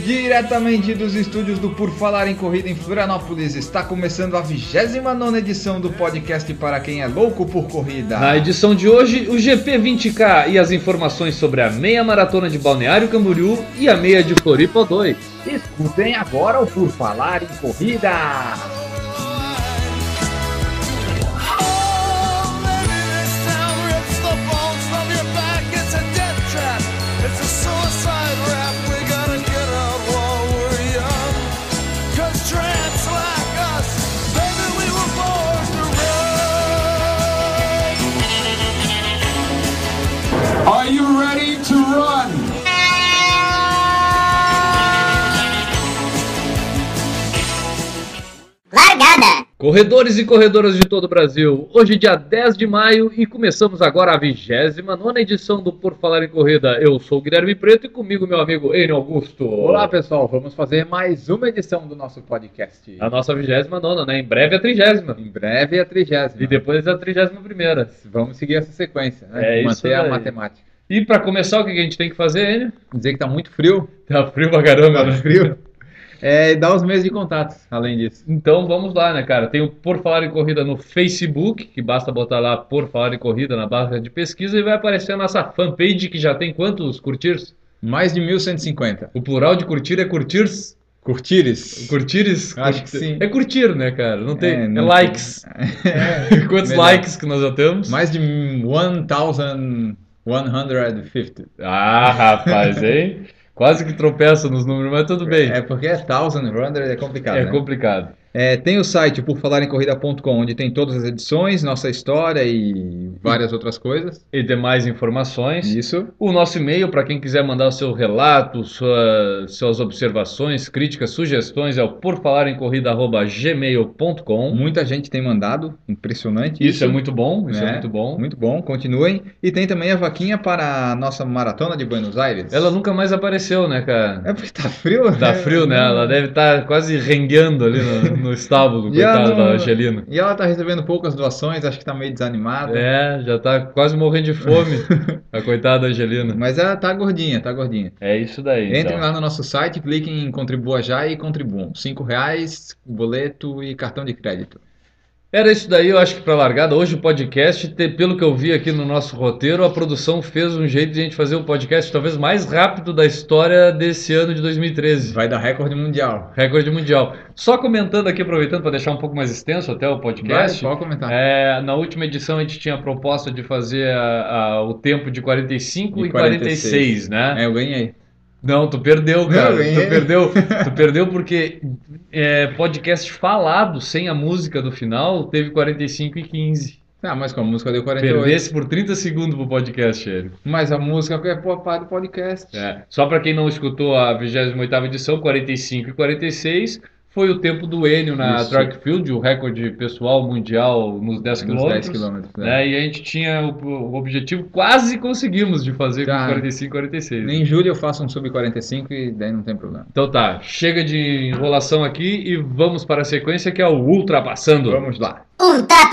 Diretamente dos estúdios do Por Falar em Corrida em Florianópolis, está começando a 29 edição do podcast para quem é louco por corrida. Na edição de hoje, o GP 20K e as informações sobre a meia maratona de Balneário Camboriú e a meia de Floripa 2. Escutem agora o Por Falar em Corrida. Are you ready to run? Largada! Corredores e corredoras de todo o Brasil, hoje é dia 10 de maio e começamos agora a 29 edição do Por Falar em Corrida. Eu sou o Guilherme Preto e comigo meu amigo Enio Augusto. Olá pessoal, vamos fazer mais uma edição do nosso podcast. A nossa 29, né? Em breve a 30. Em breve é a trigésima. E depois é a 31. Vamos seguir essa sequência, É né? isso Manter a daí. matemática. E pra começar, o que que a gente tem que fazer, Enio? Dizer que tá muito frio. Tá frio pra caramba, né? frio. É, e dá os meses de contatos, além disso. Então vamos lá, né, cara? Tem o Por Falar em Corrida no Facebook, que basta botar lá Por Falar em Corrida na barra de pesquisa e vai aparecer a nossa fanpage, que já tem quantos curtirs? Mais de 1150. O plural de curtir é curtirs? Curtires? Curtires? Acho que sim. É curtir, né, cara? Não tem. É, É, não likes. Quantos Melhor. likes que nós já temos? Mais de 1150. Ah, rapaz, hein? Quase que tropeça nos números, mas tudo bem. É porque é 1100 é complicado, É né? complicado. É, tem o site por falar em corrida.com, onde tem todas as edições, nossa história e várias outras coisas. E demais informações. Isso. O nosso e-mail, para quem quiser mandar o seu relato, sua- suas observações, críticas, sugestões, é o porfalarencorrida.gmail.com. Muita gente tem mandado, impressionante Isso é muito bom, isso é, né? muito bom. Muito bom, continuem. E tem também a vaquinha para a nossa maratona de Buenos Aires. Ela nunca mais apareceu, né, cara? É porque tá frio, Tá né? frio, né? Ela deve estar quase rengueando ali no, no estábulo, E ela coitada da não- Angelina. E ela tá recebendo poucas doações, acho que tá meio desanimada. É, já tá quase morrendo de fome, a coitada da Angelina. Mas ela tá gordinha, tá gordinha. É isso daí, Entrem então. lá no nosso site, cliquem em Contribua Já e contribuam. Cinco reais, boleto e cartão de crédito. Era isso daí, eu acho que pra largada. Hoje o podcast, te- pelo que eu vi aqui no nosso roteiro, a produção fez um jeito de a gente fazer o podcast talvez mais rápido da história desse ano de 2013. Vai dar recorde mundial. Recorde mundial. Só comentando aqui, aproveitando para deixar um pouco mais extenso até o Vai, podcast. pode comentar. é, na última edição a gente tinha a proposta de fazer a- a- o tempo de 45 De e 46, né? É, eu ganhei. Não, tu perdeu, cara. Não, Tu hein? perdeu, tu perdeu porque é, podcast falado sem a música do final teve 45 e 15. Ah, mas com a música deu 48. Perdesse por 30 segundos pro podcast, ele. Mas a música é para do podcast. É. Só pra quem não escutou a 28ª edição, 45 e 46, foi o tempo do Enio na Isso. track field, o recorde pessoal mundial nos 10 Uns 10 quilômetros. quilômetros. né? né? E a gente tinha o, o objetivo, quase conseguimos de fazer com Tá. 45 e 46. Em julho eu faço um sub 45 e daí não tem problema. Então tá, chega de enrolação aqui e vamos para a sequência que é o Ultrapassando. Vamos lá.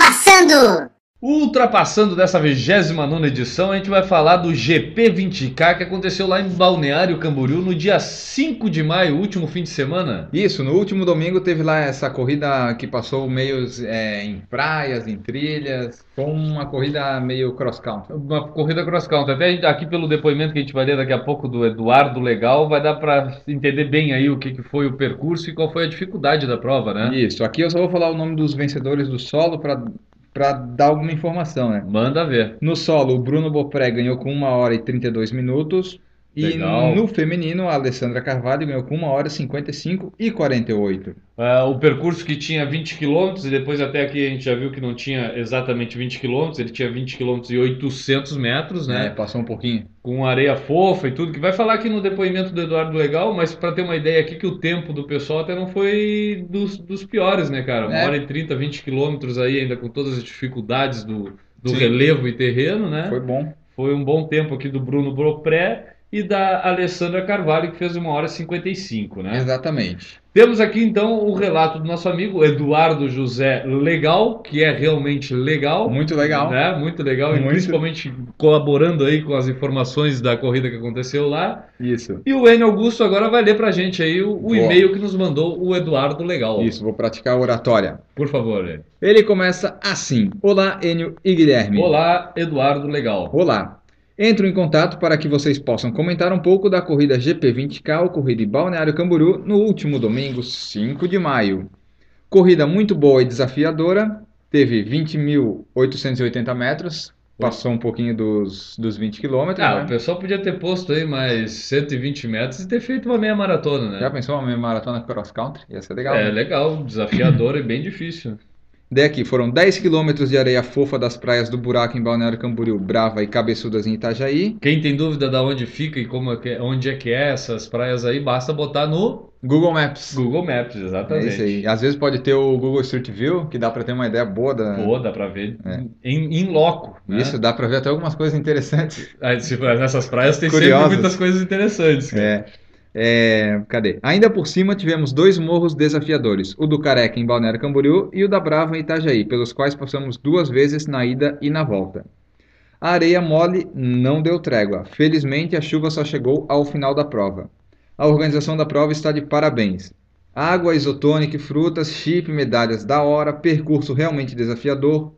Ultrapassando! Ultrapassando dessa 29 edição, a gente vai falar do GP 20K que aconteceu lá em Balneário Camboriú no dia 5 de maio, último fim de semana. Isso, no último domingo teve lá essa corrida que passou meios é, em praias, em trilhas, com uma corrida meio cross-country. Uma corrida cross-country. Até a gente- aqui pelo depoimento que a gente vai ler daqui a pouco do Eduardo Legal, vai dar para entender bem aí o que, que foi o percurso e qual foi a dificuldade da prova, né? Isso, aqui eu só vou falar o nome dos vencedores do solo pra pra dar alguma informação, né? Manda ver. No solo, o Bruno Bopré ganhou com 1 hora e 32 minutos. E Legal. no feminino, a Alessandra Carvalho ganhou com 1 hora e 55 e 48. Ah, o percurso que tinha 20 quilômetros e depois até aqui a gente já viu que não tinha exatamente 20 quilômetros, ele tinha 20 quilômetros e 800 metros, né? É, passou um pouquinho. com areia fofa e tudo, que vai falar aqui no depoimento do Eduardo Legal, mas para ter uma ideia aqui que o tempo do pessoal até não foi dos, dos piores, né, cara? Uma É. hora e trinta, vinte quilômetros aí, ainda com todas as dificuldades do, do Sim. relevo e terreno, né? Foi bom. Foi um bom tempo aqui do Bruno Bropré e da Alessandra Carvalho, que fez 1 hora e 55, É. né? Exatamente. Temos aqui então o relato do nosso amigo Eduardo José Legal, que é realmente legal. Muito legal. Né? Muito legal, e Muito. principalmente colaborando aí com as informações da corrida que aconteceu lá. Isso. E o N Augusto agora vai ler pra gente aí o, o Boa. e-mail que nos mandou o Eduardo Legal. Isso, vou praticar a oratória. Por favor, N. Ele começa assim: Olá, Enio e Guilherme. Olá, Eduardo Legal. Olá! Entro em contato para que vocês possam comentar um pouco da corrida GP20K ocorrida em Balneário Camboriú no último domingo, 5 de maio. Corrida muito boa e desafiadora, teve 20.880 metros, passou um pouquinho dos, dos 20 quilômetros. Ah, o né? pessoal podia ter posto aí mais 120 metros e ter feito uma meia maratona, né? Já pensou uma meia maratona cross country? Ia ser legal. É né? legal, desafiador e bem difícil. Daqui foram 10 quilômetros de areia fofa das praias do Buraco em Balneário Camboriú, Brava e Cabeçudas em Itajaí. Quem tem dúvida da onde fica e como é que é- onde é que é essas praias aí, basta botar no Google Maps. Google Maps, É exatamente. isso aí. Às vezes pode ter o Google Street View, que dá para ter uma ideia boa da, Pô, dá pra ver em, em loco, né? É. Isso, dá pra ver até algumas coisas interessantes. Aí, se for Nessas praias tem sempre Curiosas. muitas coisas interessantes. cara. É, é, cadê? Ainda por cima tivemos dois morros desafiadores, o do Careca em Balneário Camboriú e o da Brava em Itajaí, pelos quais passamos duas vezes na ida e na volta. A areia mole não deu trégua. Felizmente, a chuva só chegou ao final da prova. A organização da prova está de parabéns. Água isotônica e frutas, chip, medalhas da hora, percurso realmente desafiador,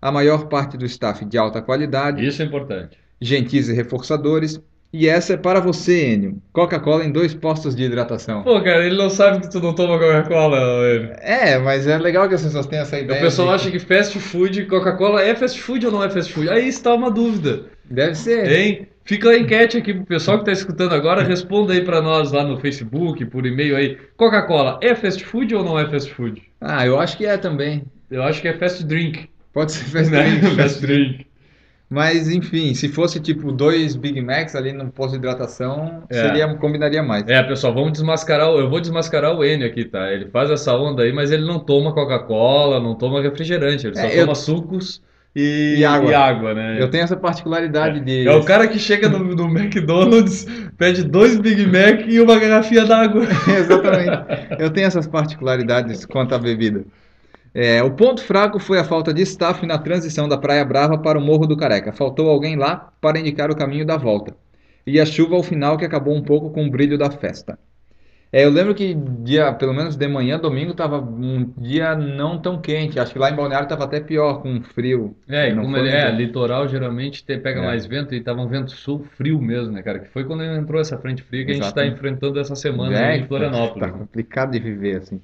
a maior parte do staff de alta qualidade, Isso é importante. gentis e reforçadores. E essa é para você, Enio. Coca-Cola em dois postos de hidratação. Pô, cara, ele não sabe que tu não toma Coca-Cola. né? velho. É, mas é legal que as pessoas tenham essa ideia. O pessoal de- acha que fast food, Coca-Cola é fast food ou não é fast food? Aí está uma dúvida. Deve ser. Hein? Fica a enquete aqui pro pessoal que tá escutando agora, responda aí pra nós lá no Facebook, por e-mail aí. Coca-Cola é fast food ou não é fast food? Ah, eu acho que é também. Eu acho que é fast drink, Pode ser fast né? drink, fast drink. Mas enfim, se fosse tipo dois Big Macs ali no posto de hidratação, É. seria combinaria mais. É, pessoal, vamos desmascarar, o- eu vou desmascarar o Enio aqui, tá? Ele faz essa onda aí, mas ele não toma Coca-Cola, não toma refrigerante, ele só É, eu- toma sucos e, E água. e água, né? Eu tenho essa particularidade de É o cara que chega no, no McDonald's, pede dois Big Mac e uma garrafinha d'água. Exatamente. Eu tenho essas particularidades quanto à bebida. É, o ponto fraco foi a falta de staff na transição da Praia Brava para o Morro do Careca. Faltou alguém lá para indicar o caminho da volta. E a chuva ao final que acabou um pouco com o brilho da festa. É, eu lembro que dia, pelo menos de manhã, domingo, estava um dia não tão quente. Acho que lá em Balneário estava até pior, com frio. É, e Não como foi ele é, muito. litoral geralmente te- pega É. mais vento e tava um vento sul frio mesmo, né, cara? Que foi quando entrou essa frente fria que a gente está Exatamente. enfrentando essa semana É, aí em Florianópolis. né? Tá complicado de viver assim.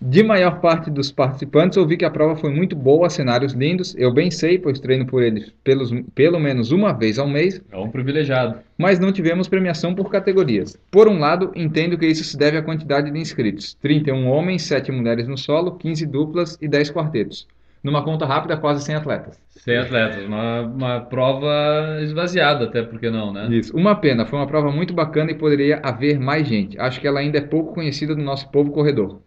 De maior parte dos participantes, ouvi que a prova foi muito boa, cenários lindos. Eu bem sei, pois treino por eles pelos, pelo menos uma vez ao mês, É um privilegiado. mas não tivemos premiação por categorias. Por um lado, entendo que isso se deve à quantidade de inscritos: 31 homens, 7 mulheres no solo, 15 duplas e 10 quartetos. Numa conta rápida, quase 100 atletas. Sem atletas, uma, uma prova esvaziada até, porque não, né? Isso. Uma pena, foi uma prova muito bacana e poderia haver mais gente. Acho que ela ainda é pouco conhecida do nosso povo corredor.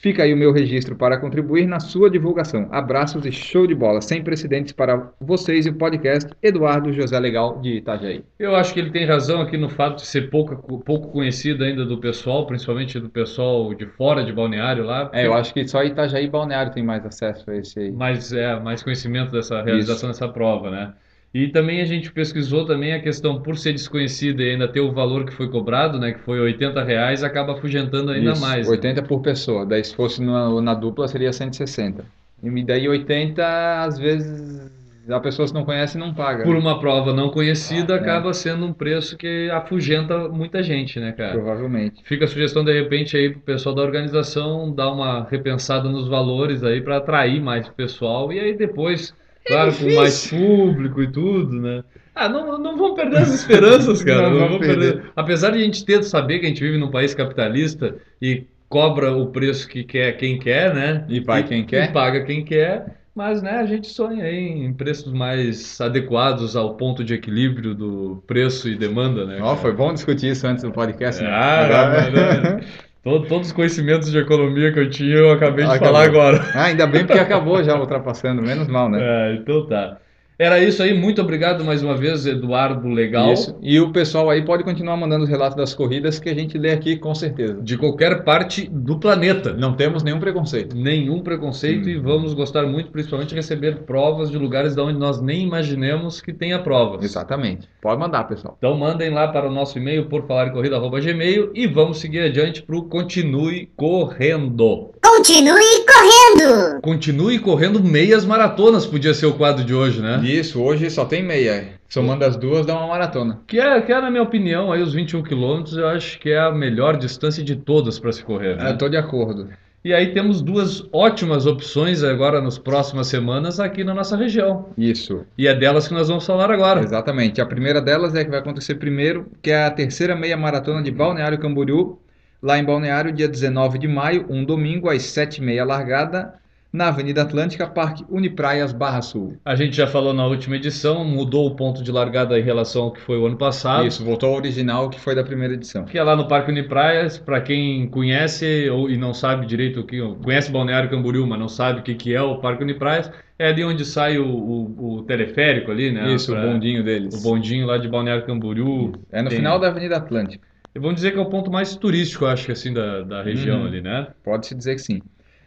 Fica aí o meu registro para contribuir na sua divulgação. Abraços e show de bola, sem precedentes para vocês e o podcast Eduardo José Legal de Itajaí. Eu acho que ele tem razão aqui no fato de ser pouca, pouco conhecido ainda do pessoal, principalmente do pessoal de fora de Balneário lá, É, eu acho que só Itajaí e Balneário tem mais acesso a esse aí. mais, é, mais conhecimento dessa realização dessa prova, né? E também a gente pesquisou também a questão, por ser desconhecida e ainda ter o valor que foi cobrado, né, que foi 80 reais, acaba afugentando ainda Isso, mais, né? 80 por pessoa. Daí se fosse na, na dupla seria 160. E daí 80, às vezes, a pessoa se não conhece não paga. né? Por uma prova não conhecida, Ah, é. acaba sendo um preço que afugenta muita gente, né, cara? Provavelmente. Fica a sugestão de repente aí pro pessoal da organização dar uma repensada nos valores aí para atrair mais pessoal e aí depois, claro, com mais público e tudo, né? É Ah, não, não vamos perder as esperanças, cara. Não não vamos vamos perder. Apesar de a gente ter saber que a gente vive num país capitalista e cobra o preço que quer quem quer, né? E vai quem quer. E paga quem quer, mas né, a gente sonha aí em preços mais adequados ao ponto de equilíbrio do preço e demanda, né, Ó, cara? foi bom discutir isso antes do podcast, né? Ah, Agora- não, não, To- todos os conhecimentos de economia que eu tinha, eu acabei de Acabou. falar agora. Ah, ainda bem porque acabou já ultrapassando, menos mal, né? É, então tá. Era isso aí, muito obrigado mais uma vez, Eduardo Legal. Isso. E o pessoal aí pode continuar mandando os relatos das corridas que a gente lê aqui com certeza. De qualquer parte do planeta. Não temos nenhum preconceito. Nenhum preconceito Hum. e vamos gostar muito, principalmente, de receber provas de lugares de onde nós nem imaginemos que tenha provas. Exatamente. Pode mandar, pessoal. Então mandem lá para o nosso e-mail por falarcorrida@gmail e vamos seguir adiante para o continue correndo. Continue correndo! Continue correndo meias maratonas podia ser o quadro de hoje, né? Isso, hoje só tem meia. Somando as duas dá uma maratona. Que é, que é, na minha opinião, aí os 21 quilômetros eu acho que é a melhor distância de todas para se correr. né? É, Eu tô de acordo. E aí temos duas ótimas opções agora nas próximas semanas aqui na nossa região. Isso. E é delas que nós vamos falar agora. Exatamente. A primeira delas é a que vai acontecer primeiro, que é a terceira meia maratona de Balneário Camboriú, lá em Balneário, dia 19 de maio, um domingo, às 7h30 largada, na Avenida Atlântica, Parque Unipraias, Barra Sul. A gente já falou na última edição, mudou o ponto de largada em relação ao que foi o ano passado. Isso, voltou ao original que foi da primeira edição. Que é lá no Parque Unipraias, para quem conhece ou, e não sabe direito o que. Conhece Balneário Camboriú, mas não sabe o que, que é o Parque Unipraias, é ali onde sai o, o- o teleférico ali, né? Isso, Pra- o bondinho deles. O bondinho lá de Balneário Camboriú. É no Tem- final da Avenida Atlântica. E Vamos dizer que é o ponto mais turístico, acho que assim, da, da região Uhum. ali, né? Pode-se dizer que sim.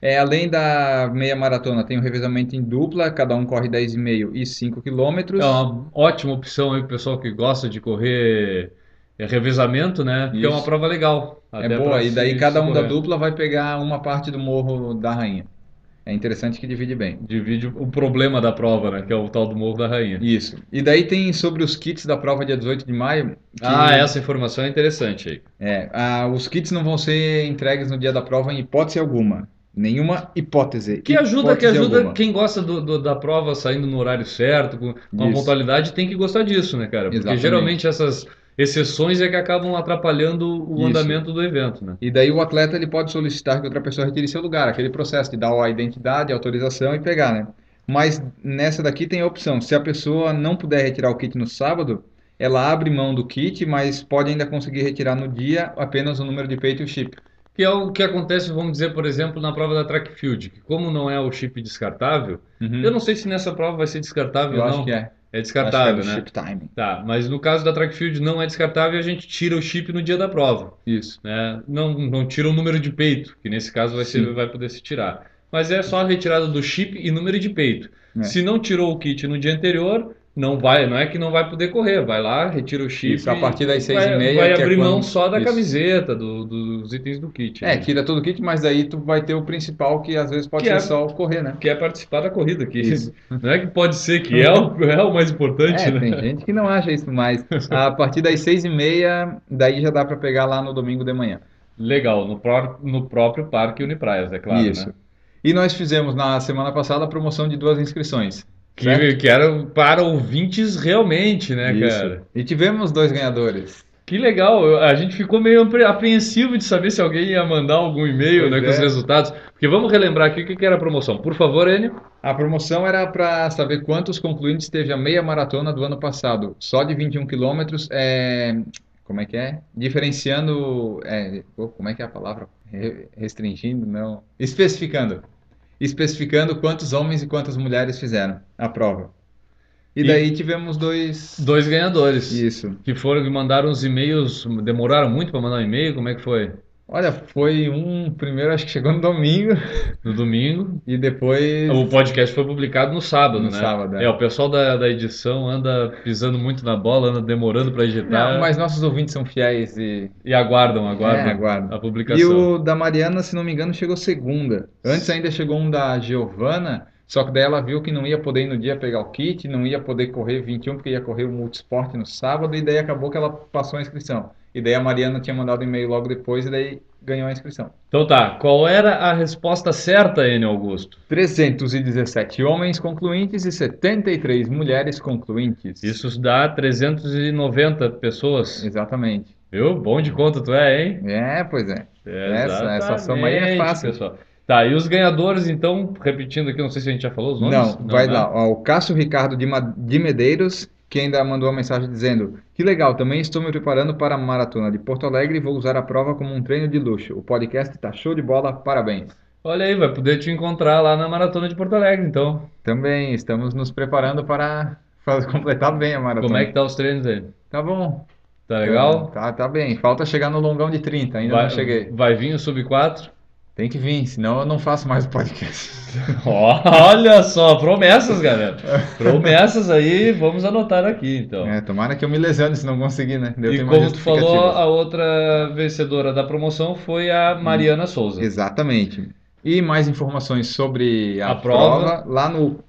É, além da meia maratona, tem o revezamento em dupla, cada um corre 10,5 e 5 quilômetros. É uma ótima opção aí pro pessoal que gosta de correr é, revezamento, né? Porque é uma Isso. prova legal. É até boa, pra e se- daí cada se um da correr. dupla vai pegar uma parte do morro da rainha. É interessante que divide bem. Divide o problema da prova, né? Que é o tal do Morro da Rainha. Isso. E daí tem sobre os kits da prova dia 18 de maio. que- Ah, essa informação é interessante aí. é, ah, os kits não vão ser entregues no dia da prova em hipótese alguma. Nenhuma hipótese. Que ajuda, que Hipótese ajuda alguma. quem gosta do- do- da prova saindo no horário certo, com com a Isso. pontualidade, tem que gostar disso, né, cara? Porque Exatamente. geralmente essas exceções é que acabam atrapalhando o Isso. andamento do evento, né? E daí o atleta ele pode solicitar que outra pessoa retire seu lugar, aquele processo de dar a identidade, a autorização e pegar, né? Mas nessa daqui tem a opção, se a pessoa não puder retirar o kit no sábado, ela abre mão do kit, mas pode ainda conseguir retirar no dia apenas o número de peito e o chip. Que é o que acontece, vamos dizer, por exemplo, na prova da track field, que como não é o chip descartável, Uhum. eu não sei se nessa prova vai ser descartável Eu ou acho não. que é. É Acho que é descartável, do né? chip timing. Tá, mas no caso da track field não é descartável e a gente tira o chip no dia da prova, Isso. né? Não, não tira o número de peito, que nesse caso vai ser, Sim. vai poder se tirar. Mas é só a retirada do chip e número de peito. É. Se não tirou o kit no dia anterior, não vai, não é que não vai poder correr, vai lá, retira o chip Isso, a e partir das seis e vai, meia, vai que é abrir mão quando- só da Isso. camiseta, do- dos itens do kit, É, né? tira todo o kit, mas daí tu vai ter o principal que às vezes pode Que ser é- só o correr, né? quer participar da corrida, que Isso. Uhum. não é que pode ser que é o, é o mais importante, É, né? tem gente que não acha isso, mas a partir das seis e meia, daí já dá pra pegar lá no domingo de manhã. Legal, no, pró- no próprio Parque Unipraias, é claro, Isso. né? E nós fizemos na semana passada a promoção de duas inscrições. certo? Que, que era um, para ouvintes realmente, né, Isso. cara? E tivemos dois ganhadores. Que legal, eu- a gente ficou meio apre- apreensivo de saber se alguém ia mandar algum e-mail, Pois né, com é. os resultados. Porque vamos relembrar aqui o que que era a promoção. Por favor, Enio. A promoção era para saber quantos concluintes teve a meia maratona do ano passado, só de 21 quilômetros. É... Como é que é? Diferenciando. é, pô, Como é que é a palavra? Re- Restringindo, não. Especificando. Especificando quantos homens e quantas mulheres fizeram a prova. E E- daí tivemos dois. Dois ganhadores. Isso. Que foram que mandaram os e-mails, demoraram muito para mandar um e-mail, como é que foi? Olha, foi um primeiro, acho que chegou no domingo. No domingo. E depois. O podcast foi publicado no sábado, No né? sábado, é. É, o pessoal da, da edição anda pisando muito na bola, anda demorando para editar Não, mas nossos ouvintes são fiéis e e aguardam, aguardam É, aguardam. a E publicação. o da Mariana, se não me engano, chegou segunda. Antes ainda chegou um da Giovana, só que daí ela viu que não ia poder ir no dia pegar o kit, não ia poder correr 21, porque ia correr o multisport no sábado, e daí acabou que ela passou a inscrição. E daí a Mariana tinha mandado um e-mail logo depois, e daí ganhou a inscrição. Então tá, qual era a resposta certa, Enio Augusto? 317 homens concluintes e 73 mulheres concluintes. Isso dá 390 pessoas. Exatamente. Viu? Bom de conta tu é, hein? É, pois é. Essa- essa soma aí é Exatamente, fácil. pessoal. Tá, e os ganhadores, então, repetindo aqui, não sei se a gente já falou os nomes. Não, vai né? lá. Ó, o Cássio Ricardo de, Ma- de Medeiros, que ainda mandou uma mensagem dizendo: Que legal, também estou me preparando para a maratona de Porto Alegre e vou usar a prova como um treino de luxo. O podcast tá show de bola, parabéns. Olha aí, vai poder te encontrar lá na Maratona de Porto Alegre, então. Também estamos nos preparando para fazer- completar bem a maratona. Como é que tá os treinos aí? Tá bom. Tá legal? Tá, tá bem. Falta chegar no longão de 30, ainda Vai, não cheguei. vai vir o Sub 4? Tem que vir, senão eu não faço mais o podcast. Olha só, promessas, galera. Promessas aí, vamos anotar aqui, então. É, tomara que eu me lesione se não conseguir, né? Daí eu E tenho mais como tu falou, justificativa. a outra vencedora da promoção foi a Hum. Mariana Souza. Exatamente. E mais informações sobre a, A prova. prova lá no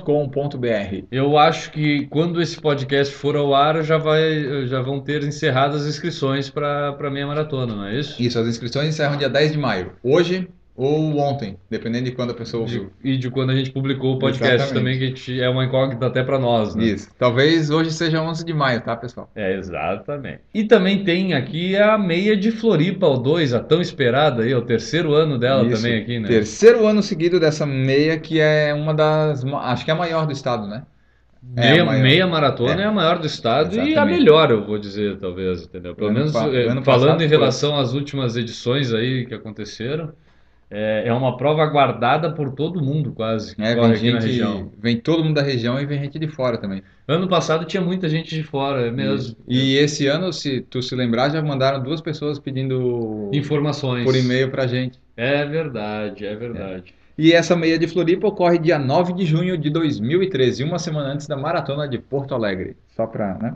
correbrasil.com.br. Eu acho que quando esse podcast for ao ar, já vai, já vão ter encerrado as inscrições para para minha maratona, não é isso? Isso, as inscrições encerram dia 10 de maio. Hoje ou ontem, dependendo de quando a pessoa De- ouviu. e de quando a gente publicou o podcast Exatamente. também, que a gente- é uma incógnita até para nós, né? Isso. Talvez hoje seja 11 de maio, tá, pessoal? É, exatamente. E também tem aqui a meia de Floripa, o 2, a tão esperada aí, é o terceiro ano dela Isso. é também aqui, né? Terceiro ano seguido dessa meia que é uma das, ma- acho que é a maior do estado, né? É, Meia, a maior. meia maratona É. é a maior do estado e a Exatamente. melhor, eu vou dizer, talvez, entendeu? Pelo Ano menos pa- eh, ano falando passado em foi. relação às últimas edições aí que aconteceram, é, é uma prova aguardada por todo mundo quase que É, corre vem aqui na gente, região. vem todo mundo da região e vem gente de fora também. Ano passado tinha muita gente de fora, é mesmo. E esse ano, se tu se lembrar, já mandaram duas pessoas pedindo Informações. por e-mail pra gente. É verdade, é verdade. E essa meia de Floripa ocorre dia 9 de junho de 2013, uma semana antes da maratona de Porto Alegre. Só pra, né?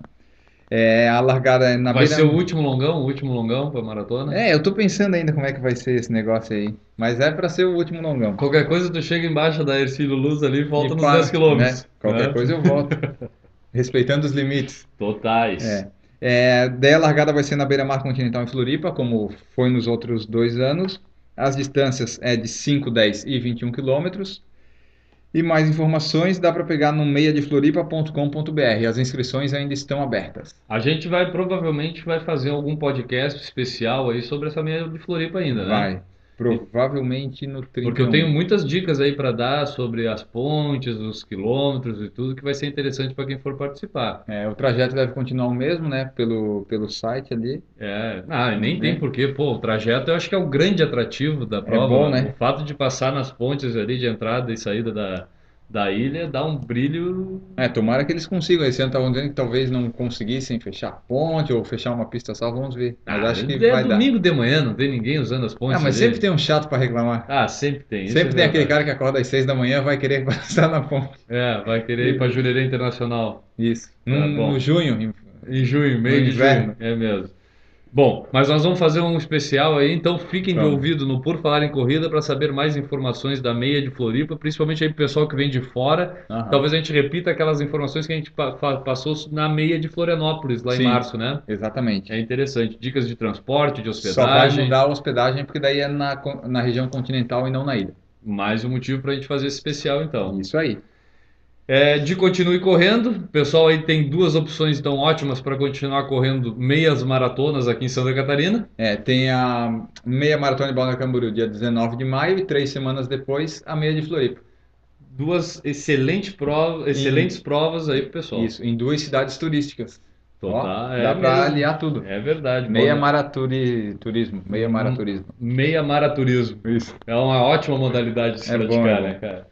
É, a largada é na Vai beira. ser o último né? longão, o último longão para maratona? É, eu tô pensando ainda como é que vai ser esse negócio aí. Mas é pra ser o último longão. Qualquer coisa tu chega embaixo da Ercílio Luz ali e volta E nos para, 10 quilômetros, né? Qualquer né? coisa eu volto. Respeitando os limites. Totais. É. É, daí a largada vai ser na Beira-Mar Continental em Floripa, como foi nos outros dois anos. As distâncias é de 5, 10 e 21 quilômetros. E mais informações dá para pegar no meiadefloripa.com.br. As inscrições ainda estão abertas. A gente vai provavelmente vai fazer algum podcast especial aí sobre essa meia de Floripa ainda, né? Vai. Provavelmente no 31. Porque eu tenho um. muitas dicas aí para dar sobre as pontes, os quilômetros e tudo que vai ser interessante para quem for participar. É, o trajeto deve continuar o mesmo, né? Pelo, pelo site ali. É, ah, e nem Né? tem porquê, pô, o trajeto eu acho que é o grande atrativo da prova, bom, né? O fato de passar nas pontes ali de entrada e saída da, da ilha dá um brilho. É, tomara que eles consigam. Esse ano estavam dizendo que talvez não conseguissem fechar a ponte ou fechar uma pista só, vamos ver. Mas Ah, acho que é vai dar. domingo de manhã, não tem ninguém usando as Ah, pontes mas ali. sempre tem um chato pra reclamar. Ah, sempre tem, isso Sempre é tem aquele verdade. cara que acorda às seis da manhã e vai querer passar na ponte. É, vai querer ir para Jurerê Internacional. Isso. No, Tá bom. no junho, em- Em junho, meio No de inverno. junho, é mesmo. Bom, mas nós vamos fazer um especial aí, então fiquem de Vamos. ouvido no Por Falar em Corrida para saber mais informações da meia de Floripa, principalmente aí pro pessoal que vem de fora. Aham. Talvez a gente repita aquelas informações que a gente pa- fa- passou na meia de Florianópolis, lá em Sim. março, né? Exatamente. É interessante. Dicas de transporte, de Só vai hospedagem. mudar a hospedagem porque daí é na, con- na região continental e não na ilha. Mais um motivo para a gente fazer esse especial, então. Isso aí. É, de continue correndo, o pessoal aí tem duas opções tão ótimas para continuar correndo meias maratonas aqui em Santa Catarina. É, tem a meia maratona de Balneário Camboriú dia 19 de maio e três semanas depois a meia de Floripa. Duas excelentes provas, excelentes provas aí pro pessoal. Isso, em duas cidades turísticas. Então Ó, tá, dá é pra mesmo. aliar tudo. É verdade. Meia bom, né? Uhum. maraturismo, meia maraturismo. Meia maraturismo. Isso. É uma ótima modalidade de se É bom, praticar, é bom. né, cara?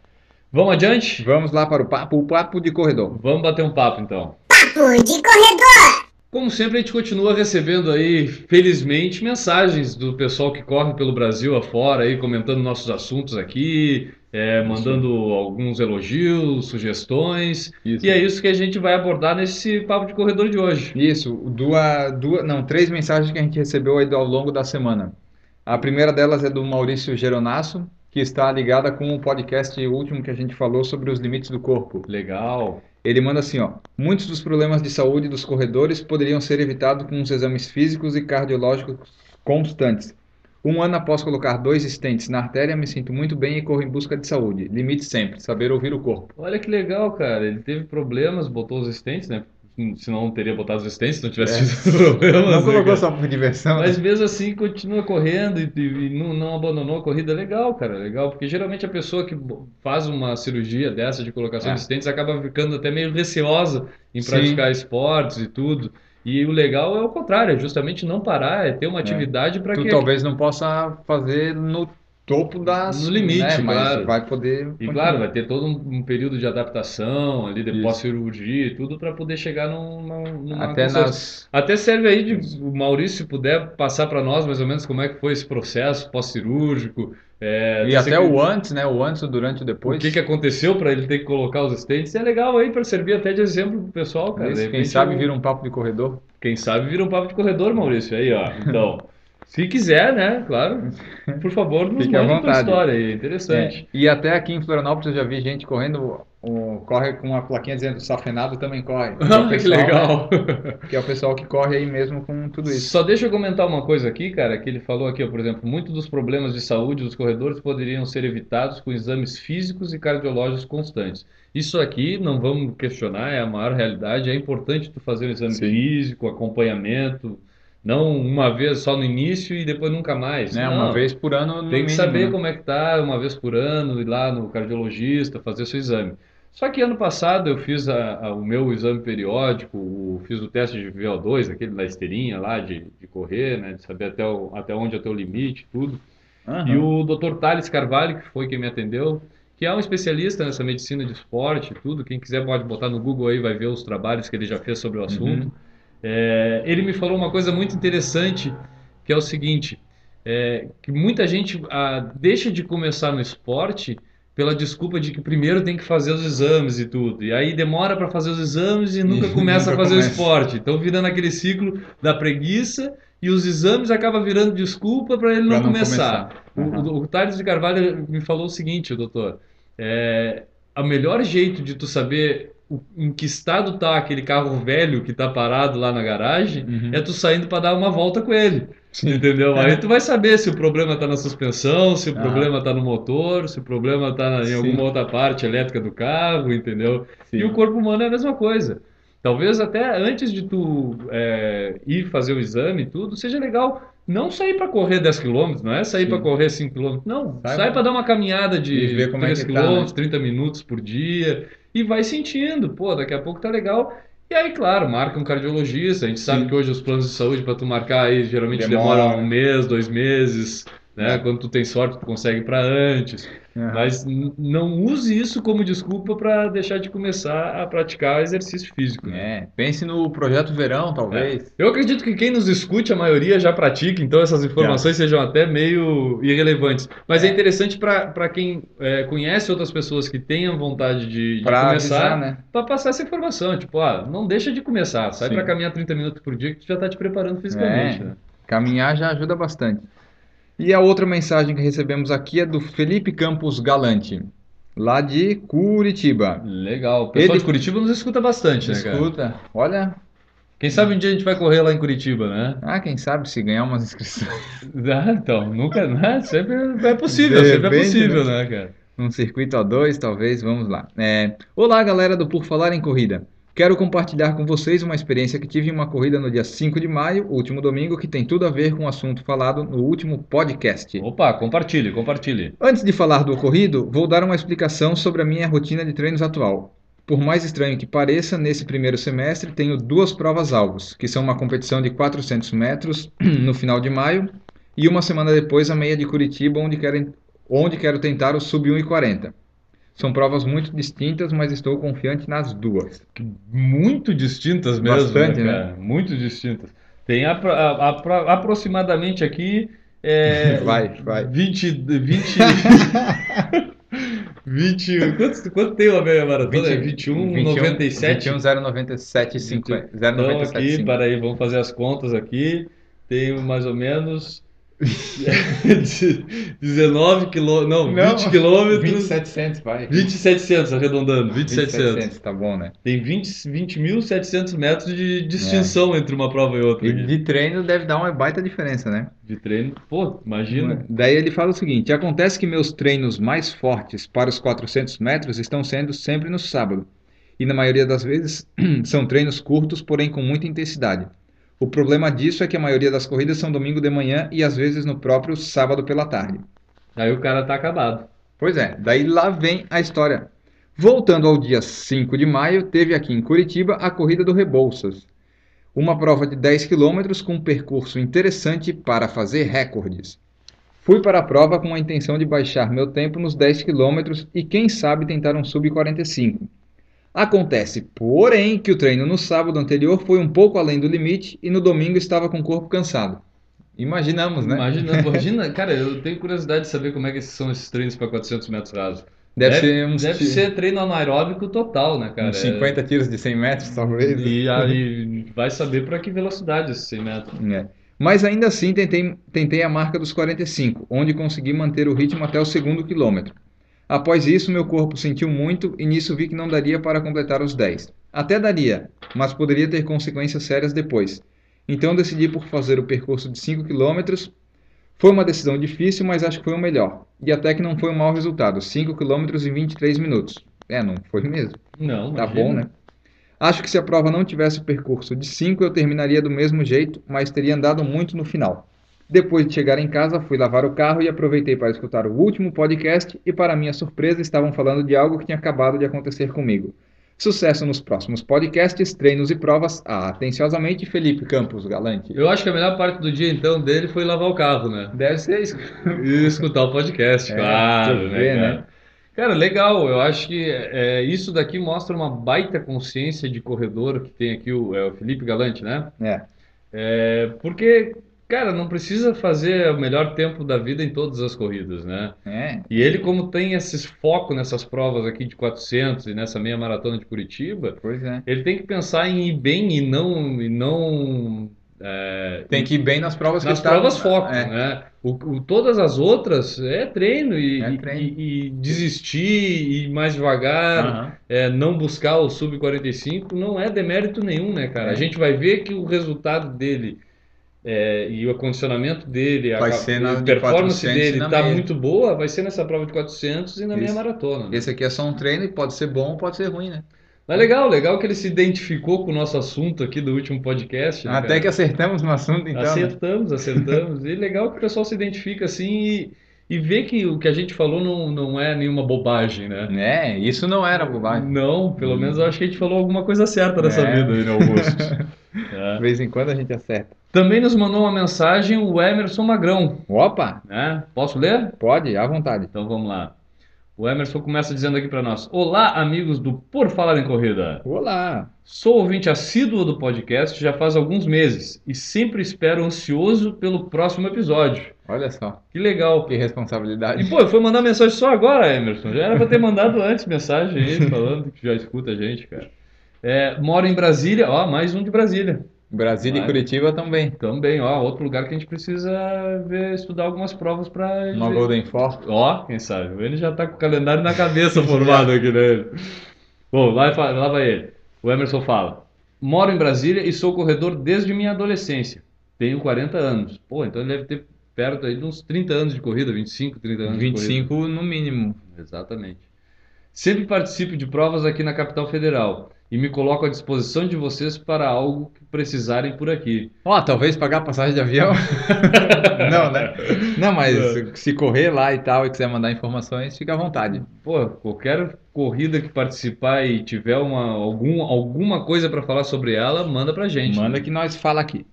Vamos adiante? Vamos lá para o papo, o papo de corredor. Vamos bater um papo então. Papo de corredor. Como sempre, a gente continua recebendo aí, felizmente, mensagens do pessoal que corre pelo Brasil afora, aí, comentando nossos assuntos aqui, é, mandando alguns elogios, sugestões. Isso. E é isso que a gente vai abordar nesse papo de corredor de hoje. Isso, duas, duas, não, três mensagens que a gente recebeu aí ao longo da semana. A primeira delas é do Maurício Geronasso, que está ligada com o podcast último que a gente falou sobre os limites do corpo. Legal. Ele manda assim, ó: "Muitos dos problemas de saúde dos corredores poderiam ser evitados com os exames físicos e cardiológicos constantes. Um ano após colocar dois estentes na artéria, me sinto muito bem e corro em busca de saúde. Limite sempre, saber ouvir o corpo." Olha que legal, cara. Ele teve problemas, botou os estentes, né? Senão não teria botado os estentes, se não tivesse tido Tá problemas, É. Não né, colocou cara? só por diversão, né? Mas mesmo assim continua correndo e, e- e não, não abandonou a corrida. Legal, cara, legal. Porque geralmente a pessoa que bo- faz uma cirurgia dessa de colocação É. de estentes acaba ficando até meio receosa em Sim. praticar esportes e tudo. E o legal é o contrário, é justamente não parar, é ter uma atividade para Tu que talvez não possa fazer no topo das. No limite, né, mas claro. vai poder. E continuar. claro, vai ter todo um, um período de adaptação ali, depois cirurgia e tudo, para poder chegar num, num- numa Até conserva- nas. Até serve aí de o Maurício se puder passar para nós mais ou menos como é que foi esse processo pós-cirúrgico, é, E não sei até que- o antes, né? O antes, o durante e o o depois. É que que aconteceu para ele ter que colocar os estentes. É legal aí para servir até de exemplo pro pessoal, cara. De Isso, Quem repente, sabe um- vira um papo de corredor. quem sabe vira um papo de corredor, Maurício. Aí, ó. Então, se quiser, né? Claro. Por favor, nos Fique à mande a tua vontade. história aí. É É, Interessante. E até aqui em Florianópolis eu já vi gente correndo, um, corre com uma plaquinha dizendo safenado também corre. Que é o Ah, que pessoal, legal. né, que é o pessoal que corre aí mesmo com tudo isso. Só deixa eu comentar uma coisa aqui, cara, que ele falou aqui, ó, por exemplo, muitos dos problemas de saúde dos corredores poderiam ser evitados com exames físicos e cardiológicos constantes. Isso aqui, não vamos questionar, é a maior realidade, é importante tu fazer um exame Sim. físico, acompanhamento, não uma vez só no início e depois nunca mais. Né? Uma Não. vez por ano, no Tem mínimo, que saber né? como é que tá uma vez por ano, ir lá no cardiologista, fazer seu exame. Só que ano passado eu fiz a- a- o meu exame periódico, o- fiz o teste de VO2, aquele da esteirinha lá, de, de correr, né, de saber até, o- até onde é o teu limite, tudo. Aham. E o Dr. Thales Carvalho, que foi quem me atendeu, que é um especialista nessa medicina de esporte e tudo, quem quiser pode botar no Google aí, vai ver os trabalhos que ele já fez sobre o Uhum. assunto. É, ele me falou uma coisa muito interessante, que é o seguinte, é, que muita gente ah, deixa de começar no esporte pela desculpa de que primeiro tem que fazer os exames e tudo. E aí demora para fazer os exames e nunca E começa a nunca fazer o começa. esporte. Então vira naquele ciclo da preguiça e os exames acaba virando desculpa para ele não Pra não começar. O, Aham. o, o Thales de Carvalho me falou o seguinte, doutor. É, a melhor jeito de tu saber o- em que estado tá aquele carro velho que tá parado lá na garagem Uhum. é tu saindo para dar uma volta com ele. Entendeu? É. Aí tu vai saber se o problema tá na suspensão, se o Aham. problema tá no motor, se o problema tá em Ah. Sim. alguma outra parte elétrica do carro, entendeu? Sim. E o corpo humano é a mesma coisa. Talvez até antes de tu é, ir fazer o exame e tudo, seja legal não sair para correr 10 km, não é sair Sim. para correr 5 km, não. Sai Sai pra- para dar uma caminhada E de ver como é 3 que km, tá, né? 30 minutos por dia e vai sentindo, pô, daqui a pouco tá legal. E aí, claro, marca um cardiologista. A gente sabe Sim. que hoje os planos de saúde para tu marcar aí geralmente Demora. demoram um mês, dois meses, né? É. Quando tu tem sorte, tu consegue para antes. Aham. Mas n- não use isso como desculpa para deixar de começar a praticar exercício físico, né? É, pense no projeto verão, talvez. Eu acredito que quem nos escute, a maioria já pratica, então essas informações sejam até meio irrelevantes. Mas é, É. interessante para quem é, conhece outras pessoas que tenham vontade É. de, de Pra começar, avisar, né? para passar essa informação. Tipo, ah, não deixa de começar, sai Sim. para caminhar 30 minutos por dia que tu já tá te preparando fisicamente, É. né? Caminhar já ajuda bastante. E a outra mensagem que recebemos aqui é do Felipe Campos Galante, lá de Curitiba. Legal. O pessoal Ele- de Curitiba nos escuta bastante, né, cara? Escuta, olha, Quem sabe um dia a gente vai correr lá em Curitiba, né? ah, quem sabe se ganhar umas inscrições Ah, então, nunca, né? Sempre é possível, De sempre é repente, possível, né, cara? num circuito A2, talvez, vamos lá. É, Olá, galera do Por Falar em Corrida. Quero compartilhar com vocês uma experiência que tive em uma corrida no dia 5 de maio, último domingo, que tem tudo a ver com o assunto falado no último podcast. Opa, compartilhe, compartilhe. Antes de falar do ocorrido, vou dar uma explicação sobre a minha rotina de treinos atual. Por mais estranho que pareça, nesse primeiro semestre tenho duas provas-alvos, que são uma competição de 400 metros no final de maio e uma semana depois a meia de Curitiba, onde quero, onde quero tentar o sub 1,40. São provas muito distintas, mas estou confiante nas duas. muito distintas mesmo, Bastante, né, cara? Muito distintas. Tem apro- a- apro- aproximadamente aqui é, Vai, vai. 20, 20, 20, quanto, quanto tem a meia maratona? É 21, 97. 21, 097, 50, Então 097, aqui, 50. para aí, vamos fazer as contas aqui. Tenho mais ou menos 19 quilômetros, não, Não, 20 quilômetros, 2700, vai. 2700, arredondando, 2700. 2700, tá bom, né? Tem 20 20.700 metros de distinção entre uma prova e outra. É. E aqui. de treino deve dar uma baita diferença, né? De treino, pô, imagina. Daí ele fala o seguinte: acontece que meus treinos mais fortes para os 400 metros estão sendo sempre no sábado. E na maioria das vezes são treinos curtos, porém com muita intensidade. O problema disso é que a maioria das corridas são domingo de manhã e às vezes no próprio sábado pela tarde. Aí o cara tá acabado. Pois é, daí lá vem a história. Voltando ao dia 5 de maio, teve aqui em Curitiba a corrida do Rebouças. Uma prova de 10 quilômetros com um percurso interessante para fazer recordes. Fui para a prova com a intenção de baixar meu tempo nos 10 quilômetros e quem sabe tentar um sub 45. Acontece, porém, que o treino no sábado anterior foi um pouco além do limite e no domingo estava com o corpo cansado. Imaginamos, né? Imagina, imagina, cara, eu tenho curiosidade de saber como é que são esses treinos para 400 metros rasos. Deve, ser um uns deve ti- ser treino anaeróbico total, né, cara? É. uns 50 tiros de 100 metros, talvez. E aí vai saber para que velocidade esses 100 metros. É. Mas ainda assim tentei, tentei a marca dos 45, onde consegui manter o ritmo até o segundo quilômetro. Após isso, meu corpo sentiu muito e nisso vi que não daria para completar os 10. Até daria, mas poderia ter consequências sérias depois. Então decidi por fazer o percurso de 5 quilômetros. Foi uma decisão difícil, mas acho que foi o melhor. E até que não foi um mau resultado, 5 quilômetros em 23 minutos. É, não foi mesmo. Não, Tá imagina. bom, né? Acho que se a prova não tivesse o percurso de 5, eu terminaria do mesmo jeito, mas teria andado muito no final. Depois de chegar em casa, fui lavar o carro e aproveitei para escutar o último podcast e, para minha surpresa, estavam falando de algo que tinha acabado de acontecer comigo. Sucesso nos próximos podcasts, treinos e provas. Ah, atenciosamente, Felipe Campos Galante. Eu acho que a melhor parte do dia, então, dele foi lavar o carro, né? Deve ser isso. E escutar o podcast, É, claro, tu né, vê, né? cara? Cara, legal. Eu acho que é, isso daqui mostra uma baita consciência de corredor que tem aqui o, é, o Felipe Galante, né? É. É, porque, cara, não precisa fazer o melhor tempo da vida em todas as corridas, né? É. E ele, como tem esse foco nessas provas aqui de 400 e nessa meia maratona de Curitiba, Pois é. ele tem que pensar em ir bem e não, e não é, Tem que ir bem nas provas que nas estavam- provas foco, É. né? O, o- todas as outras é treino e, É treino. e- e desistir, e mais devagar, Aham. é, não buscar o sub 45 não é demérito nenhum, né, cara? A É. gente vai ver que o resultado dele é, e o condicionamento dele, a Vai cap- ser na a de 400 performance e dele na tá meia. muito boa, vai ser nessa prova de 400 e na meia Esse- maratona, né? Esse aqui é só um treino e pode ser bom ou pode ser ruim, né? Mas legal, legal que ele se identificou com o nosso assunto aqui do último podcast, né, Até cara? que acertamos no assunto, então. né? Acertamos, acertamos. E legal que o pessoal se identifica assim e, e vê que o que a gente falou não, não é nenhuma bobagem, né? É, isso não era bobagem. Não, pelo menos eu acho que a gente falou alguma coisa certa nessa É. vida aí, né, Augusto. É. De vez em quando a gente acerta. Também nos mandou uma mensagem o Emerson Magrão, Opa, né? Posso ler? pode, à vontade. Então vamos lá. O Emerson começa dizendo aqui para nós: Olá, amigos do Por Falar em Corrida. Olá. Sou ouvinte assíduo do podcast já faz alguns meses e sempre espero ansioso pelo próximo episódio. Olha só, Que legal. que responsabilidade. E pô, foi mandar mensagem só agora, Emerson. Já era pra ter mandado antes mensagem aí, falando que já escuta a gente, cara. É, moro em Brasília, ó, mais um de Brasília. Brasília e Vai. Curitiba também. Também, ó, outro lugar que a gente precisa ver, estudar algumas provas pra. Uma dizer- Golden Four. Ó, quem sabe? Ele já tá com o calendário na cabeça formado aqui, né? Bom, lá, fa- lá vai ele. O Emerson fala: Moro em Brasília e sou corredor desde minha adolescência. Tenho 40 anos. Pô, então ele deve ter perto aí de uns 30 anos de corrida, 25, 30 Um anos de corrida. 25 no mínimo. Exatamente. Sempre participo de provas aqui na capital federal e me coloco à disposição de vocês para algo que precisarem por aqui. Ó, talvez pagar passagem de avião. Não, né? Não, mas se correr lá e tal e quiser mandar informações, fica à vontade. Pô, qualquer corrida que participar e tiver uma, algum, alguma coisa para falar sobre ela, manda pra gente. Manda que nós fala aqui.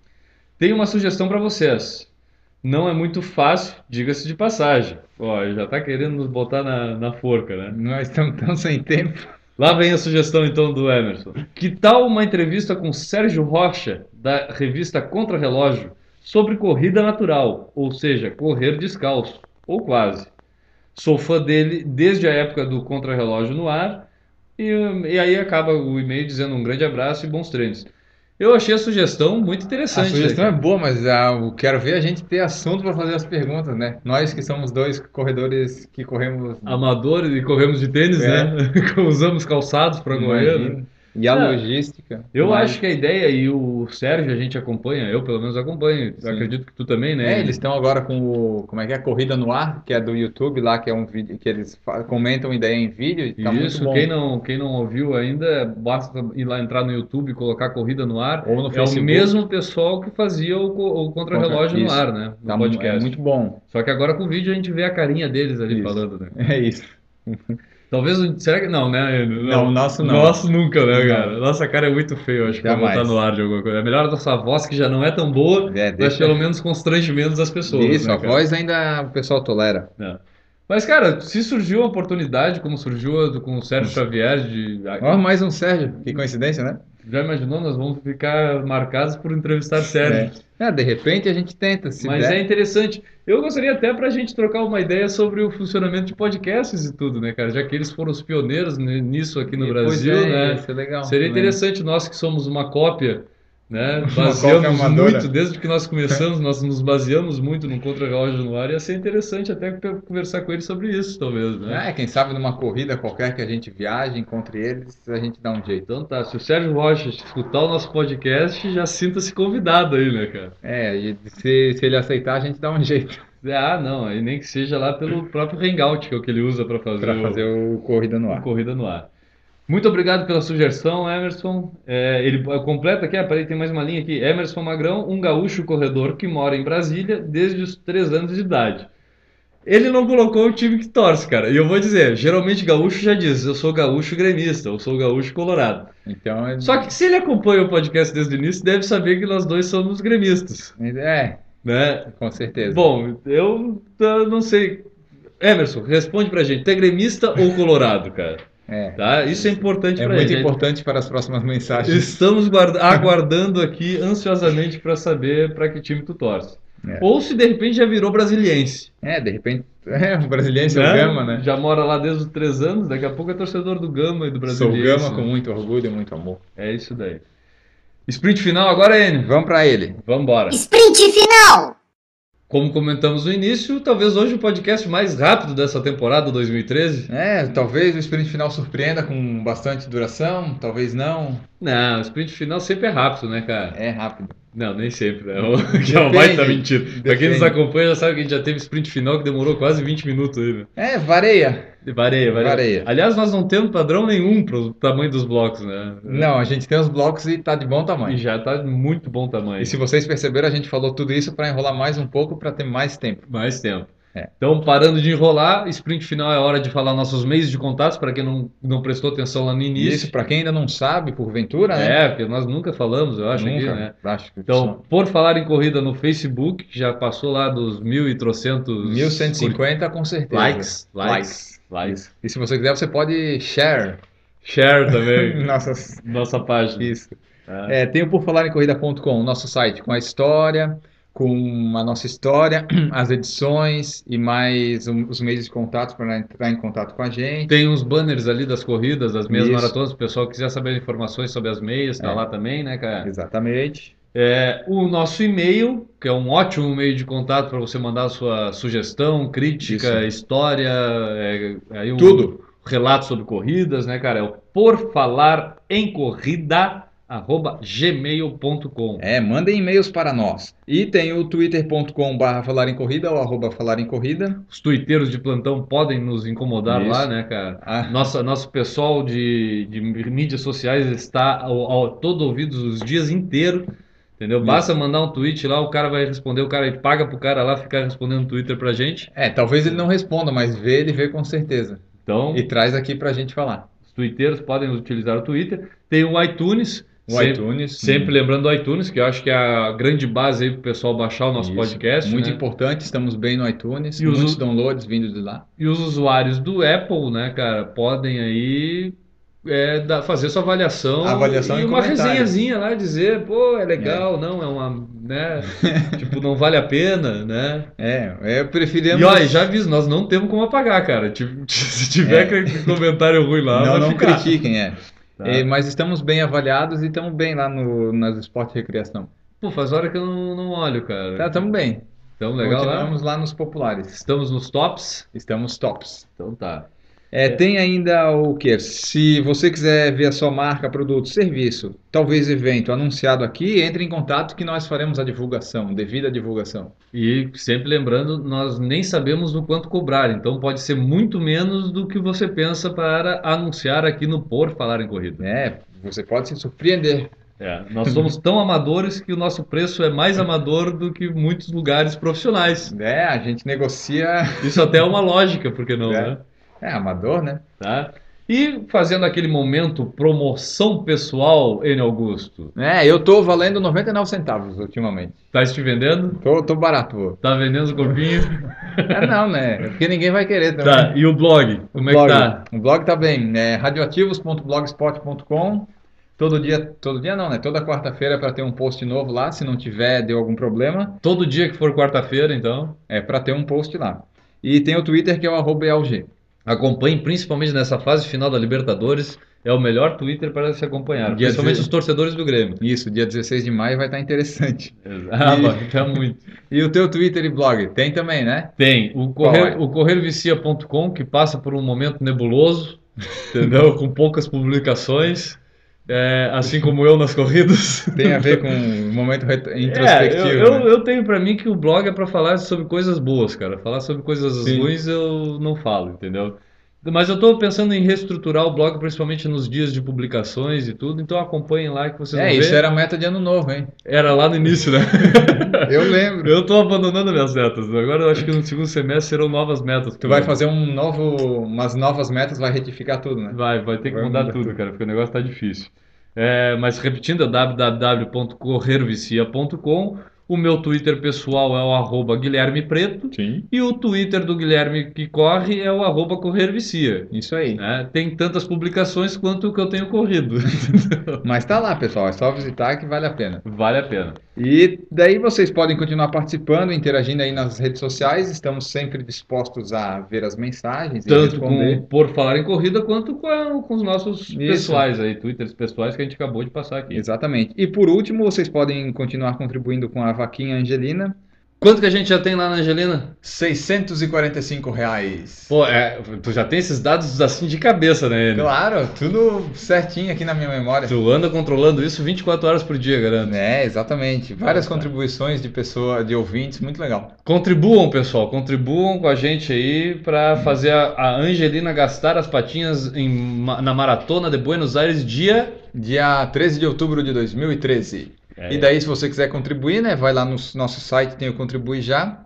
Tenho uma sugestão para vocês. Não é muito fácil, diga-se de passagem. Ó, já tá querendo nos botar na, na forca, né? Nós estamos tão sem tempo. Lá vem a sugestão então do Emerson. Que tal uma entrevista com Sérgio Rocha, da revista Contra Relógio, sobre corrida natural, ou seja, correr descalço, ou quase. Sou fã dele desde a época do Contra Relógio no ar, e, e aí acaba o e-mail dizendo um grande abraço e bons treinos. Eu achei a sugestão muito A interessante. sugestão é né, boa, mas ah, eu quero ver a gente ter assunto para fazer as perguntas, né? Nós que somos dois corredores que corremos cara? Amadores e corremos de tênis, É. né? Usamos calçados para correr. né? Imagina. E a É. logística. Eu Mas- acho que a ideia, e o Sérgio a gente acompanha, eu pelo menos acompanho, Sim. acredito que tu também, né? É, eles estão agora com o, como é que é? Corrida no Ar, que é do YouTube lá, que é um vídeo que eles fa- comentam ideia em vídeo, e tá muito Isso, bom. quem não, quem não ouviu ainda, basta ir lá entrar no YouTube e colocar corrida no ar. Ou no É o Facebook, mesmo pessoal que fazia o, co- o contra-relógio no Isso. ar, né? No tá mu- podcast. é muito bom. Só que agora com o vídeo a gente vê a carinha deles ali Isso. falando, né? É isso. Talvez um. Será que. Não, né? Não, o nosso não. Nosso nunca, né, cara? Nossa cara é muito feio, acho que pra Jamais. botar no ar de alguma coisa. É melhor a nossa voz, que já não é tão boa, É, mas deixa- pelo menos constrange menos as pessoas. Isso, né, a cara? voz ainda o pessoal tolera. Mas, cara, se surgiu a oportunidade, como surgiu a do, com o Sérgio Xavier, de. ah, Ó, mais um Sérgio. Que coincidência, né? Já imaginou? Nós vamos ficar marcados por entrevistar Sérgio. É, de repente a gente tenta, se Mas der. é interessante. Eu gostaria até pra gente trocar uma ideia sobre o funcionamento de podcasts e tudo, né, cara? Já que eles foram os pioneiros ni- nisso aqui no E, pois Brasil, é, né? ia ser legal Seria também. interessante nós que somos uma cópia, né? cópia Baseamos amadora. muito, desde que nós começamos, nós nos baseamos muito no contra-relógio no ar. Ia ser interessante até pe- conversar com ele sobre isso, talvez, né? É, quem sabe numa corrida qualquer que a gente viaje, encontre eles, a gente dá um jeito. Então tá, se o Sérgio Rocha escutar o nosso podcast, já sinta-se convidado aí, né, cara? É, e se, se ele aceitar, a gente dá um jeito Ah, não, aí nem que seja lá pelo próprio Hangout, que é o que ele usa pra fazer pra o- fazer o corrida no ar. Corrida no ar. Muito obrigado pela sugestão, Emerson. É, ele eh, completa aqui, ah, peraí, tem mais uma linha aqui. Emerson Magrão, um gaúcho corredor que mora em Brasília desde os 3 anos de idade. Ele não colocou o time que torce, cara. E eu vou dizer, geralmente gaúcho já diz, eu sou gaúcho gremista, eu sou gaúcho colorado. Então, ele- Só que se ele acompanha o podcast desde o início, deve saber que nós dois somos gremistas, é, né? com certeza. Bom, eu tá, não sei. Emerson, responde pra gente. Tu é gremista ou colorado, cara? É. Tá? Isso é importante é pra muito gente. importante para as próximas mensagens. Estamos guarda- aguardando aqui ansiosamente pra saber pra que time tu torce. É. Ou se de repente já virou brasiliense. É, de repente, é, o brasileiro é né? o Gama, né? Já mora lá desde os três anos, daqui a pouco é torcedor do Gama e do Sou brasileiro. Gama com muito orgulho e muito amor. É isso daí. Sprint final agora, é Enio. Vamos pra ele. Vambora. Sprint final! Como comentamos no início, talvez hoje o podcast mais rápido dessa temporada 2013. É, talvez o sprint final surpreenda com bastante duração, talvez não. Não, o sprint final sempre é rápido, né, cara? É rápido. Não, nem sempre, né? Que é uma baita mentira. Pra quem nos depende. acompanha já sabe que a gente já teve sprint final que demorou quase 20 minutos aí, né? É, vareia. Vareia, vareia. Vareia. Aliás, nós não temos padrão nenhum pro tamanho dos blocos, né? Não, a gente tem os blocos e tá de bom E tamanho. já tá muito bom tamanho. E se vocês perceberam, a gente falou tudo isso pra enrolar mais um pouco pra ter mais tempo. Mais tempo. É. Então, parando de enrolar, sprint final é hora de falar nossos meios de contatos, pra quem não, não prestou atenção lá no E início. isso, pra quem ainda não sabe, porventura, né? É, porque nós nunca falamos, eu acho, aqui, Nunca, né? acho que Então, por falar em corrida no Facebook, que já passou lá dos mil e são trocentos 1150 com certeza. likes, likes, likes, E se você quiser, você pode share Share também, nossas. nossa página. Isso. É. É, tem o por falar em corrida.com, o nosso site com a história, com a nossa história, as edições e mais um- os meios de contato para entrar em contato com a gente. Tem uns banners ali das corridas, das meias Isso. maratonas, se o pessoal quiser saber informações sobre as meias, tá É. lá também, né, cara? Exatamente. É, o nosso e-mail, que é um ótimo meio de contato para você mandar sua sugestão, crítica, história, é, aí um Tudo. relato sobre corridas, né, cara? É o por falar em corrida arroba gmail.com. É, mandem e-mails para nós. E tem o twitter.com barra falar em corrida ou arroba falar em corrida. Os tuiteiros de plantão podem nos incomodar Isso. lá, né, cara? Ah, Nossa, nosso pessoal de, de mídias sociais está ao, ao- todo ouvidos os dias inteiro, entendeu? Basta mandar um tweet lá, o cara vai responder, o cara paga pro cara lá ficar respondendo no Twitter pra gente. é, talvez ele não responda, mas vê, ele vê com certeza. Então, E traz aqui pra gente falar. os twitteiros podem utilizar o Twitter. Tem o iTunes, O sempre, iTunes. né? sempre lembrando do iTunes, que eu acho que é a grande base aí pro pessoal baixar o nosso Isso. podcast, Muito né? importante, estamos bem no iTunes. E os- muitos downloads vindo de lá. E os usuários do Apple, né, cara, podem aí é, dar- fazer sua avaliação Avaliação e e uma comentário. resenhazinha lá, dizer, pô, é legal, não, é uma, né, tipo, não vale a pena, né? É, é E preferimos. olha, já aviso, nós não temos como apagar, cara. Tipo, Se tiver que- comentário ruim lá, É. não, vai não ficar. critiquem, é. Tá? É, mas estamos bem avaliados e estamos bem lá no, nas esporte e recreação. Pô, faz hora que eu não, não olho, cara. Tá, estamos bem. né? Então, legal lá. Continuamos lá nos populares. Estamos nos tops. Estamos tops. Então tá. É, Tem ainda o que? Se você quiser ver a sua marca, produto, serviço, talvez evento anunciado aqui, entre em contato que nós faremos a divulgação, devida divulgação. E sempre lembrando, nós nem sabemos o quanto cobrar, então pode ser muito menos do que você pensa para anunciar aqui no Por Falar em Corrida. É, você pode se surpreender. É, nós somos tão amadores que o nosso preço é mais amador do que muitos lugares profissionais. É, Né? a gente negocia Isso até é uma lógica, por que não, É. né? É amador, né? tá? E fazendo aquele momento promoção pessoal, N. Augusto. É, eu tô valendo 99 centavos ultimamente. Tá se te vendendo? Tô, tô barato. pô. Tá vendendo os corpinhos? É não, né? Porque ninguém vai querer também. Tá, e o blog? Como é que blog. tá? O blog tá bem, é radioativos.blogspot.com. Todo dia, todo dia não, né? Toda quarta-feira para ter um post novo lá, se não tiver, deu algum problema, Todo dia que for quarta-feira, então. é para ter um post lá. E tem o Twitter que é o arroba EALG. Acompanhe, principalmente nessa fase final da Libertadores. É o melhor Twitter para se acompanhar, Dia principalmente de- os torcedores do Grêmio. Isso, dia 16 de maio vai estar interessante. Ah, tá muito. E o teu Twitter e blog? Tem também, né? Tem o, Qual correr, é? o corrervicia.com, que passa por um momento nebuloso, entendeu? com poucas publicações, é, assim como eu nas corridas. Tem a ver com o momento retro- É, eu, introspectivo. eu, né? eu tenho pra mim que o blog é pra falar sobre coisas boas, cara. Falar sobre coisas Sim. ruins eu não falo, entendeu? Mas eu tô pensando em reestruturar o blog, principalmente nos dias de publicações e tudo, então acompanhem lá que vocês É, vão isso ver. era a meta de ano novo, hein? Era lá no início, né? Eu lembro. Eu tô abandonando minhas metas. né? Agora eu acho que no segundo semestre serão novas metas. Tu vai fazer um novo, umas novas metas, vai retificar tudo, né? Vai, vai ter que Vai mudar mudar tudo, tudo. cara, porque o negócio tá difícil. É, mas repetindo, é www.corrervicia.com. O meu Twitter pessoal é o arroba Guilherme Preto. Sim. E o Twitter do Guilherme que corre é o arroba corrervicia. Isso aí. né? Tem tantas publicações quanto o que eu tenho corrido. Mas tá lá, pessoal, é só visitar que vale a pena. vale a pena. E daí vocês podem continuar participando, interagindo aí nas redes sociais, estamos sempre dispostos a ver as mensagens e Tanto responder. com Por Falar em Corrida quanto com, a- com os nossos Isso. pessoais aí, Twitters pessoais que a gente acabou de passar aqui. Exatamente. E por último, vocês podem continuar contribuindo com a vaquinha Angelina, Quanto que a gente já tem lá na Angelina? R$ 645 reais. Pô, é, tu já tem esses dados assim de cabeça, né? Enio? Claro, tudo certinho aqui na minha memória. Tu anda controlando isso 24 horas por dia, garanto. É, exatamente. Várias Nossa. contribuições de pessoa, de ouvintes, muito legal. Contribuam, pessoal, contribuam com a gente aí pra fazer a, a Angelina gastar as patinhas em ma- na maratona de Buenos Aires dia. Dia 13 de outubro de 2013. É. E daí, se você quiser contribuir, né, vai lá no s- nosso site, tem o Contribui Já.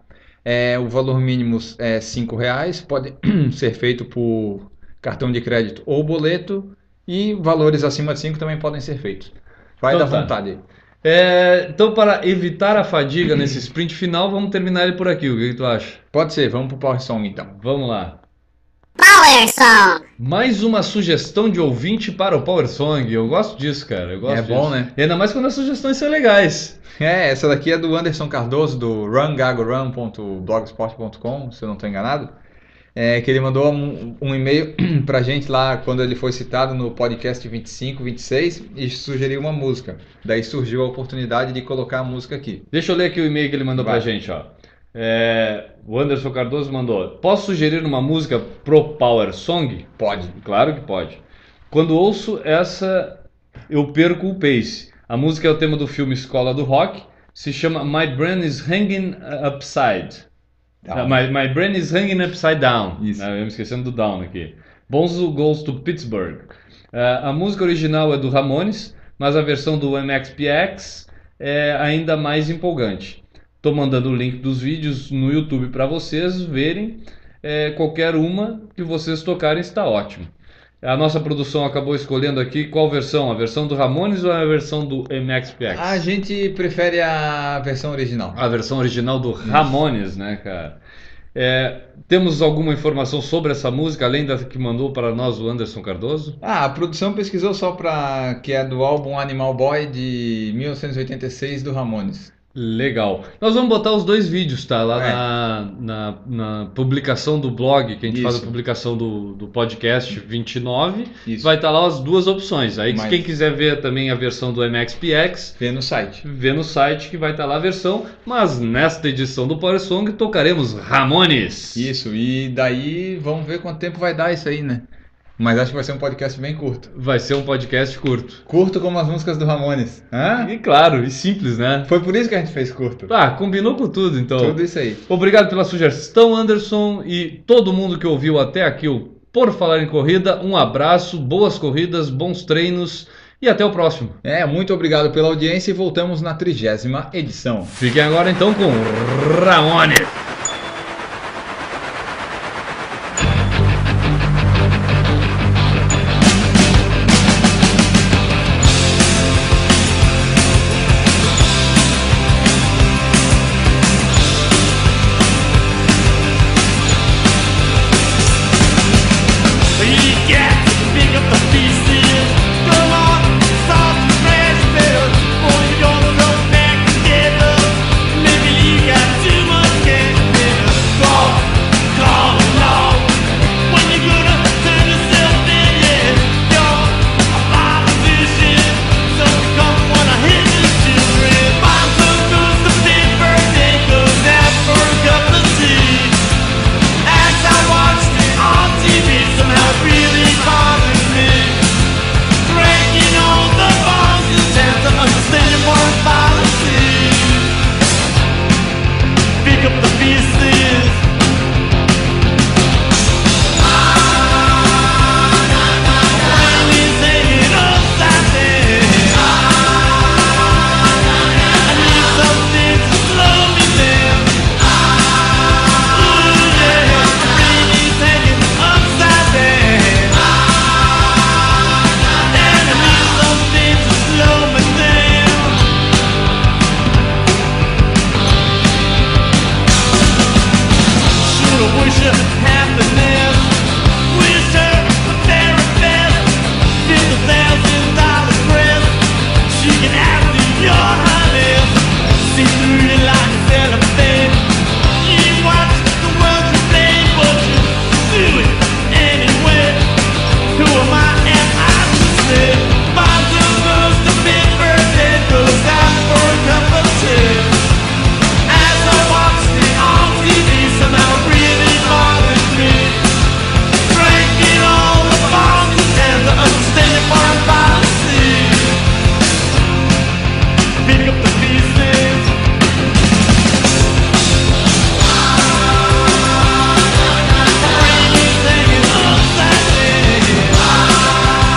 É, o valor mínimo é R$ 5 reais, pode ser feito por cartão de crédito ou boleto, e valores acima de 5 também podem ser feitos. Vai Então da tá. vontade. É, então, para evitar a fadiga nesse sprint final, vamos terminar ele por aqui. O que, que tu acha? Pode ser, vamos pro Power Song então. Vamos lá. Power Song. Mais uma sugestão de ouvinte para o Power Song. Eu gosto disso, cara. Eu gosto É bom, disso. né? E ainda mais quando as sugestões são legais. É, essa daqui é do Anderson Cardoso, do rungagoRun.blogspot.com, se eu não estou enganado. É, que ele mandou um, um e-mail pra gente lá quando ele foi citado no podcast 25, 26 e sugeriu uma música. Daí surgiu a oportunidade de colocar a música aqui. Deixa eu ler aqui o e-mail que ele mandou pra Vai. gente, ó. É, o Anderson Cardoso mandou. Posso sugerir uma música pro Power Song? Pode. Claro que pode. Quando ouço essa, eu perco o pace. A música é o tema do filme Escola do Rock. Se chama My Brain is Hanging Upside. Tá. Ah, My, my Brain is Hanging Upside Down. Isso. Ah, eu me esquecendo do down aqui. Bonzo Goes to Pittsburgh. Ah, a música original é do Ramones, mas a versão do MXPX é ainda mais empolgante. Tô mandando o link dos vídeos no YouTube para vocês verem. É, qualquer uma que vocês tocarem está ótimo. A nossa produção acabou escolhendo aqui qual versão, a versão do Ramones ou a versão do MXPX? A gente prefere a versão original. A versão original do Ramones, né, cara? É, temos alguma informação sobre essa música, além da que mandou para nós o Anderson Cardoso? Ah, a produção pesquisou só pra que é do álbum Animal Boy de 1986 do Ramones. Legal. Nós vamos botar os dois vídeos, tá? Lá É. na, na- na publicação do blog, que a gente faz a Isso. publicação do, do podcast 29. Isso. Vai estar lá as duas opções. Aí Mas- quem quiser ver também a versão do MXPX, Vê no site. vê no site que vai estar lá a versão. Mas nesta edição do Power Song tocaremos Ramones. Isso, e daí vamos ver quanto tempo vai dar isso aí, né? Mas acho que vai ser um podcast bem curto. Vai ser um podcast curto. Curto como as músicas do Ramones. Hã? Ah, E claro, e simples, né? Foi por isso que a gente fez curto. Ah, combinou com tudo, então. Tudo isso aí. Obrigado pela sugestão, Anderson, e todo mundo que ouviu até aqui o Por Falar em Corrida. Um abraço, boas corridas, bons treinos e até o próximo. É, muito obrigado pela audiência e voltamos na trigésima edição. Fiquem agora então com Ramones. Thank happiness. We serve the very best. Fifty thousand dollar dress. She can have it in your honey. See through you like a cellophane. You watch the world you blame, but you do it anyway. Who am I and I to say? Mine's supposed to be perfect, goes out for a cup of tea. As I watched it on TV, somehow it really bothered me. Drinking all the bottles and the understanding part by the sea. Pick up the pieces. Everything is upside down.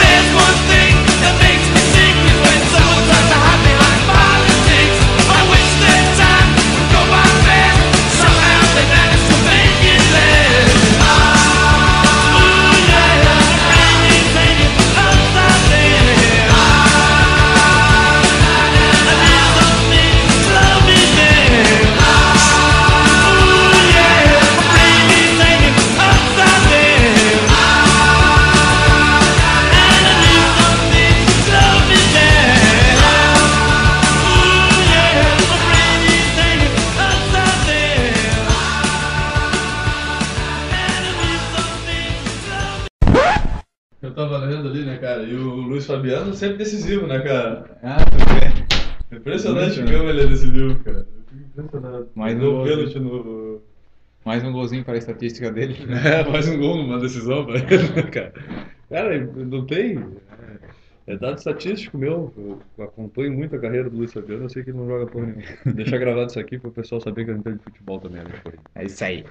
There's one thing that makes me sick is when someone tries to hide behind politics. I wish that time would go by fast. Somehow they manage to make it last. Ooh yeah, everything is upside down. And now something slow me down. Ooh yeah, everything is upside down. And I knew something slow me down. Ooh yeah, everything is upside down. And I knew something slow me Eu tava lendo ali, né, cara? E o Luiz Fabiano sempre decisivo, né, cara? Ah, tudo bem. Impressionante Muito, né? como ele é decisivo, cara. Eu fico impressionado. Mas no não- pênalti no. Mais um golzinho para a estatística dele. É, faz um gol numa decisão, pra ele, né, cara. Cara, não tem. É dado estatístico meu. Eu acompanho muito a carreira do Luiz Fabiano, eu sei que ele não joga porra nenhuma. Deixar gravado isso aqui pro pessoal saber que eu entendo de futebol tá também, né? É isso aí.